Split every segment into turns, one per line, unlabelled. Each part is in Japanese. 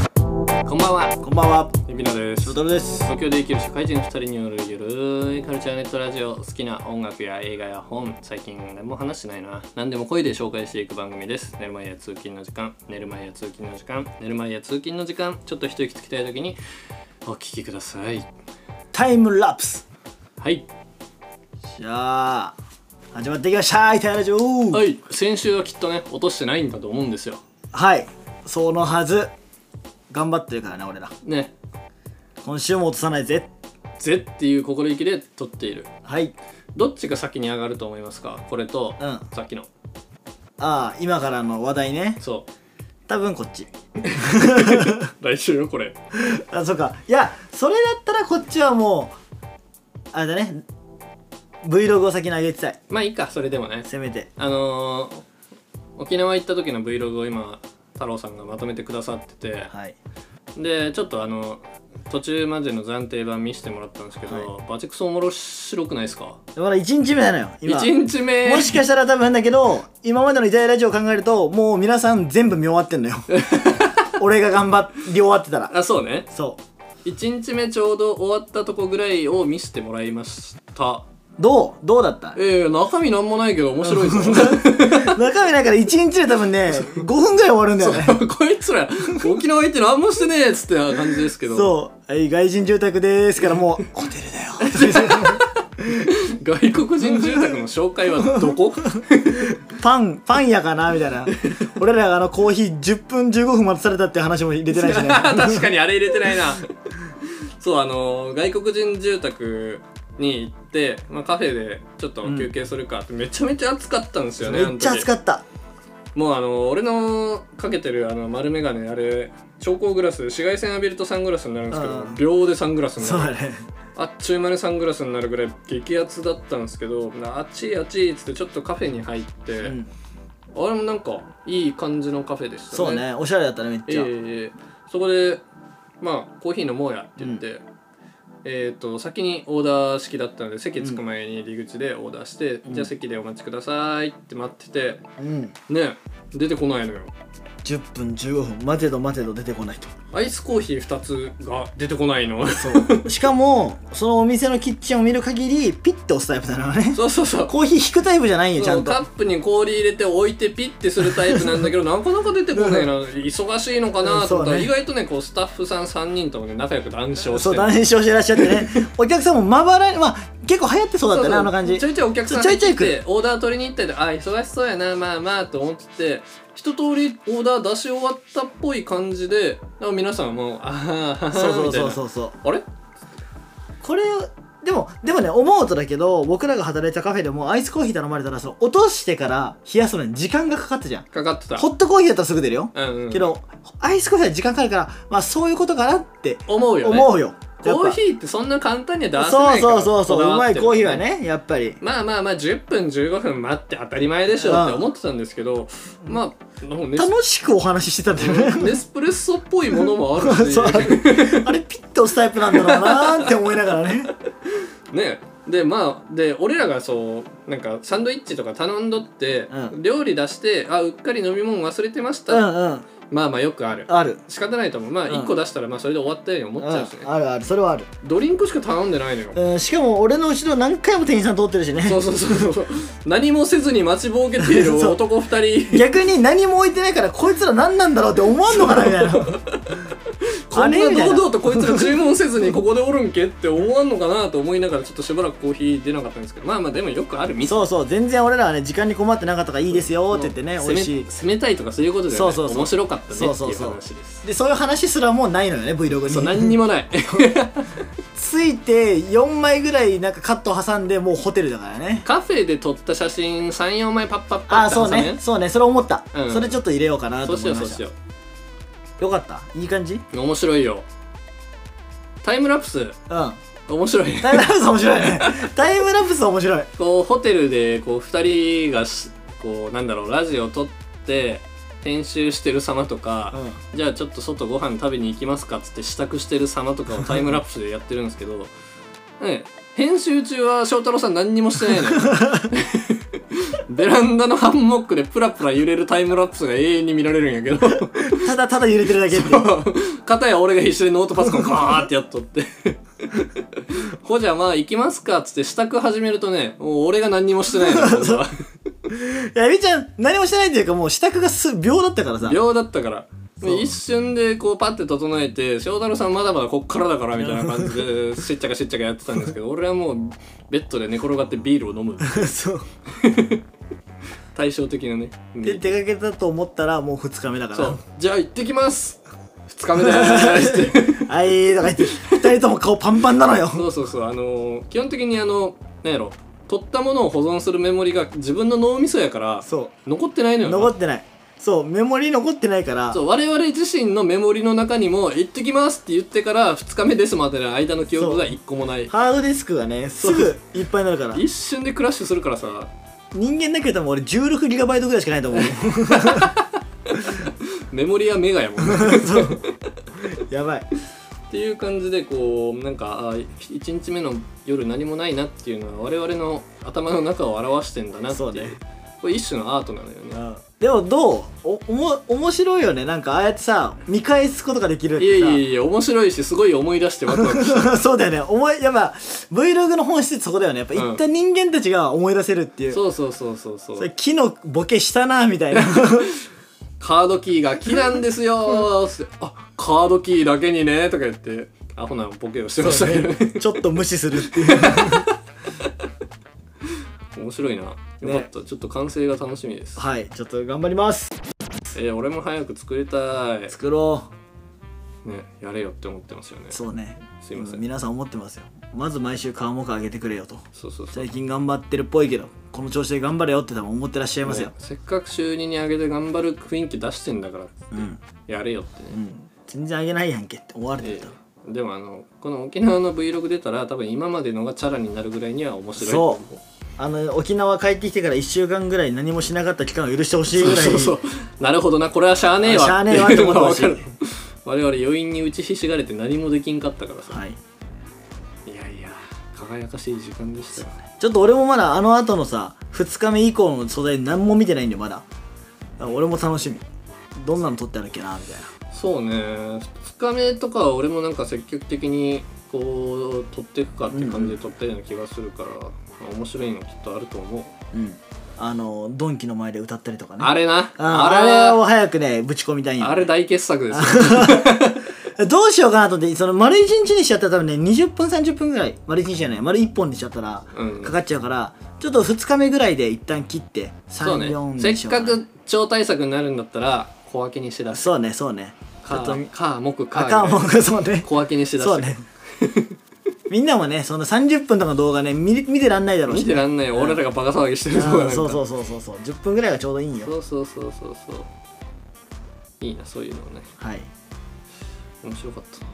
こんばんは、
こんばんは、
ゆびのです
翔。太郎です。
東京で生きる社会人2人によるゆるいカルチャーネットラジオ好きな音楽や映画や本最近何も話してないな何でも声で紹介していく番組です寝る前や通勤の時間寝る前や通勤の時間寝る前や通勤の時間ちょっと一息つきたい時にお聞きください
タイムラプス。
はい
じゃあ、始まっていきました。イタラジオ。は、
はいい先週はきっとね落としてないんだと思うんですよ
そのはず。頑張ってるからね、俺ら。
ね
今週も落とさないぜ。
ぜっていう心意気で撮っている
はい。
どっちが先に上がると思いますかこれと、
うん
さっきの
ああ、今からの話題ね。
そ
多分こっち。
う来週よこれ
あ、そっか。いや、それだったらこっちはもう、あれだね。Vlog を先に上げてたい。
まあいいかそれでもね
せめて。
あのー、沖縄行った時の Vlog を今太郎さんがまとめてくださってて
はい。
でちょっとあの途中までの暫定版見せてもらったんですけど、バチクソおもろしろくないですか
まだ1日目なのよ、今。
1日目
もしかしたら多分だけど今までのイタリアラジオを考えるともう皆さん全部見終わってんのよ俺が頑張り終わってたら
あそうね
そう
1日目ちょうど終わったとこぐらいを見せてもらいました
どうどうだった
ええ中身なんもないけど面白 いぞ
中身ないから1日で多分ね5分ぐらい終わるんだよね
こいつら沖縄行って何もしてねえっつってな感じですけど
そう、はい、外人住宅でーすからもうホテルだよ
外国人住宅の紹介はどこ
パンパン屋かなみたいな俺らがあのコーヒー10分15分待たされたって話も入れてないしね
確かにあれ入れてない なそうあの外国人住宅に行って、まあ、カフェでちょっと休憩するかって、めちゃめちゃ暑かったんですよね
めっちゃ暑か
っ
った
たもうあの俺のかけてるあの丸眼鏡あれ超光グラス紫外線浴びるとサングラスになるんですけど、
うん
秒でサングラスに
そう
な
だ
る
ね
あっちゅう間にサングラスになるぐらい激アツだったんですけどあっちいあっちいっつってちょっとカフェに入って、
うん
あれもなんかいい感じのカフェでしたね
そうねおしゃれだったねめっ
え
ちゃ、
えそこでまあコーヒー飲もうやって言って、えっ、と先にオーダー式だったので席着く前に入り口でオーダーして、
ん
じゃあ席でお待ちくださいって待ってて
うん
ね出てこないのよ
10分15分待てど待てど出てこないと
アイスコーヒー2つが出てこない の
そうしかもそのお店のキッチンを見る限りピッて押すタイプなのね
そうそうそう
コーヒー引くタイプじゃないよちゃ
そ
ん
う
と
カップに氷入れて置いてピッてするタイプなんだ けどなかなか出てこないな忙しいのかなと思ったら、
うんそうね
意外とねこうスタッフさん3人ともね仲良く談笑して
そう断片症してらっしゃっ てねお客さんもまばらにまあ結構流行ってそうだった
そう
ね
そう
あの感じ
ちょいちょいお客さん
ちょいちょい
入ってきてオーダー取りに行ったりとあ忙しそうやなまあまあと思ってて一通りオーダー出し終わったっぽい感じでなんか皆さんもうああ
そうそうそう
みたい
そうそう
なあれ
これでもでもね思うとだけど僕らが働いたカフェでもアイスコーヒー頼まれたらその落としてから冷やすのに時間がかかったじゃん
かかってた
ホットコーヒーだったらすぐ出るよ、
うんうん
けどアイスコーヒーは時間かかるからまあそういうことかなって
思うよね
思うよやっ
コ
ぱ
ーヒーってそんな簡単には出せないか
そう
ら
そうそうそう
こだ
う
わ
ま
っ
い
てる
コーヒーはねやっぱり
まあまあまあ10分15分待って当たり前でしょって思ってたんですけどまあもうネス
楽しくお話ししてたんだよね
ネスプレッソっぽいものもあるし
そうあれあれピッと押すタイプなんだろうなーって思いながらね
ねでまあで俺らがそうなんかサンドイッチとか頼んどって、
う
料理出してあうっかり飲み物忘れてまし
う
た、
んうん
まあまあよくある
ある
仕方ないと思うまあ
うん
1個出したらまあそれで終わったように
う
思
ん
っちゃうしね、
あるあるそれはある、
ドリンクしか頼んでないのよ、
うん、しかも俺の後ろ何回も店員さん通ってるしね
そうそうそうそう何もせずに待ちぼうけている
そう
男2人
逆に何も置いてないからこいつら何なんだろうって思わんのかなみ たいな
こ
あ
ん
れ
な
みたい
堂
な
々とこいつら注文せずにここでおるんけって思わんのかなと思いながらちょっとしばらくコーヒー出なかったんですけどまあまあでもよくある店
そうそう全然俺らはね時間に困ってなかったからいいですよって言ってね
攻
美
め
味しい
攻めたいとかそういうことじゃな
そう
い
そうそう
面白かったねっていう話
そう
で
そう
す
そうでそういう話すらもうないのよね Vlog に
そう何にもない
ついて4枚ぐらいなんかカット挟んでもうホテルだからね
カフェで撮った写真34枚パッパッパ
あ
ッ
あ
て
そう
挟め
ねそうねそれ思った、
うん
それちょっと入れようかなと
そうしよ
思いうま
そう
し
した
よ
よ
かったいい感じうん
う面白いよタイムラプス
タ
面白い
イムラプス面白いね タイムラプス面白い
こうホテルでこう2人がしこうなんだろうラジオ撮って編集してる様とか、じゃあちょっと外ご飯食べに行きますかっつって支度してる様とかをタイムラプスでやってるんですけど、 ね、編集中は翔太郎さん何にもしてないのよず ベランダのハンモックでプラプラ揺れるタイムラプスが永遠に見られるんやけど
ただただ揺れてるだけって
片や俺が一緒にノートパソコンガーってやっとって ほじゃまあ行きますかっつって支度始めるとねもう俺が何にもしてないの今度は
やみちゃん何もしてないっていうかもう支度がす秒だったから さ
秒だったから
そう
一瞬でこうパッて整えて翔太郎さんまだまだこっからだからみたいな感じで しっちゃかしっちゃかやってたんですけど俺はもうベッドで寝転がってビールを飲む
そう
対照的なね
で出かけたと思ったらもう2日目だか
そ
ら
うじゃあ行ってきます2日目 ですって
「あい」とか言って2人とも顔パンパンなのよ
そうそうそうあのー基本的にあのなんやろ取ったものを保存するメモリが自分の脳みそやから
そ
残ってないの
う
よ
残ってないそうメモリー残ってないから
そう我々自身のメモリの中にも「行ってきます」って言ってから2日目ですまでの間の記憶が1個もない
ハードディスクがねすぐいっぱいになるから
一瞬でクラッシュするからさ
人間だけでも俺 16GB ぐらいしかないと 思う
メモリはメガやもんね
そうやばい
っていう感じでこうなんか1日目の夜何もないなっていうのは我々の頭の中を表してんだなってい
そう
う
ね
これ一種のアートなのよね
でもどうおおも面白いよねなんかああやってさ見返すことができるっ
いや
て
い
さ
やいや面白いしすごい思い出してワクワクし
そうだよね思いやっぱ Vlog の本質ってそこだよねやっぱ
うん
一旦人間たちが思い出せるってい
て
う、
そうそうそうそうそ
そうれ木のボケしたなみたいな
カードキーが木なんですよーつって あカードキーだけにねーとか言ってアホなボケをしてましたけどね
ちょっと無視するっていう
面白いなよかった、ちょっと完成が楽しみです
はいちょっと頑張ります
えー俺も早く作りたいね
作ろ
やれよって思ってますよね
うそうね
すいません
今皆さん思ってますよまず毎週顔もか上げてくれよと
そうそうそう
最近頑張ってるっぽいけどこの調子で頑張れよって多分思ってらっしゃいますよ、
ねせっかく週2に上げて頑張る雰囲気出してんだから
うん
やれよって
う
ね、
ん全然上げないやんけって思われてると、
えーでもあのこの沖縄の Vlog 出たら多分今までのがチャラになるぐらいには面白いと
そ
思
うあの沖縄帰ってきてから1週間ぐらい何もしなかった期間を許してほしいぐらい
そうそうそうなるほどなこれはしゃあねえわ
しゃあねえわって思ってほしい
っていうのが分かる 我々余韻に打ちひしがれて何もできんかったからさ、
はい
い、やいや輝かしい時間でしたよ
ちょっと俺もまだあの後のさ2日目以降の素材何も見てないんでまだだから俺も楽しみどんなの撮ってあるっけなみたいな
そうね2日目とかは俺もなんか積極的にこう取っていくかって感じで取ったような気がするから、まあ面白いのきっとあると思う、
うんあのドンキの前で歌ったりとかね
あれな
あ
あれ
あれを
は
早くねぶち込みたいんよ
あれ大傑作ですよ
どうしようかなと思ってその丸1日にしちゃったら多分ね20分30分ぐらい丸1日じゃない丸1本にしちゃったら
うん
かかっちゃうから、ちょっと2日目ぐらいで一旦切って
そうね
34
せ
にし
っ
ようか
か
な
く超大作になるんだったら小分けにしだす
そうねそうねちょ
か
っと
か木か
赤もんがそうね
小分けにしだす
そうね みんなもねその30分とかの動画ね見見てらんないだろうし、ね、
見てらんないよ俺らがバカ騒ぎしてるとこなん
あー
か
そうそうそうそうそう10分ぐらいがちょうどいいんよ
そうそうそうそうそういいなそういうのね
はい
面白かった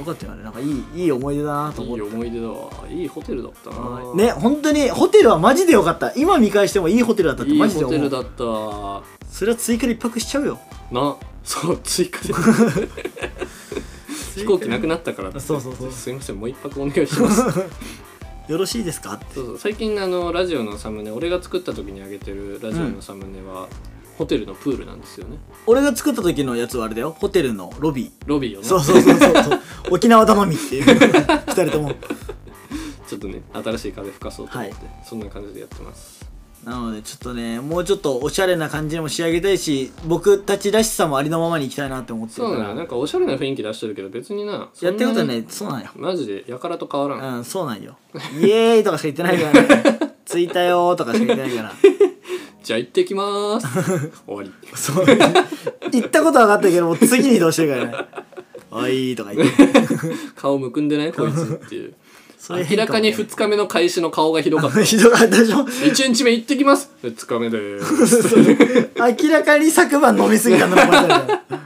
よかったよねなんかいいいい思い出だなと
い
思っ
い
て
思い出だわいいホテルだったな
ね本当にホテルはマジでよかった今見返してもいいホテルだったって
いい
マジで
ホ
思う
テルだったわ
それは追加で一泊しちゃうよ
なそう追 加で飛行機なくなったからって
そうそうそう
すいませんもう一泊お願いします
よろしいですかって
そうそう最近あのラジオのサムネ俺が作った時に上げてるラジオのサムネは、ホテルのプールなんですよね
俺が作った時のやつはあれだよホテルのロビー
ロビーをね
そうそうそうそうそう沖縄頼みっていう 二人とも
ちょっとね新しい風吹かそうと思って、
は
そんな感じでやってます
なのでちょっとねもうちょっとおしゃれな感じにも仕上げたいし僕たちらしさもありのままにいきたいなって思ってる
そう
か
な
ら
んなんかおしゃれな雰囲気出してるけど別にな
やってることは
そんなに
ねそうなんよ
マジでやからと変わらん、
うんそうなんよイエーイとかしか言ってないからね 着いたよーとかしか言ってないから
じゃあ行ってきます 終わり
そう行ったことは分かったけどもう次に移動してるからねおいーとか言って
顔むくんでないこいつっていう
そういう
明
変
ら
化も
か
ね
に2日目の開始の顔がひどかった
ひどかったでしょ
1日目行ってきます2日目でーす
明らかに昨晩飲みすぎたのも分かるから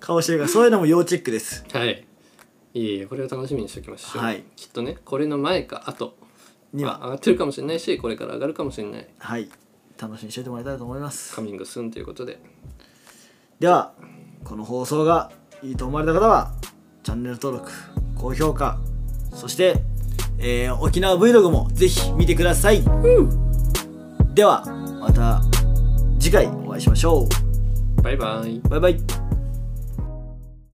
顔してるからそういうのも要チェックです
はいいえいえこれを楽しみにしておきましょう、
はい
きっとねこれの前か後
に
まあ
は
上がってるかもしれないしこれから上がるかもしれない
はい楽しみにしててもらいたいと思います
カミングスーンということで
ではこの放送がいいと思われた方はチャンネル登録高評価そして、えー沖縄 Vlog もぜひ見てくださいではま
また次回お会いしましょう
バイバイ
バイバイ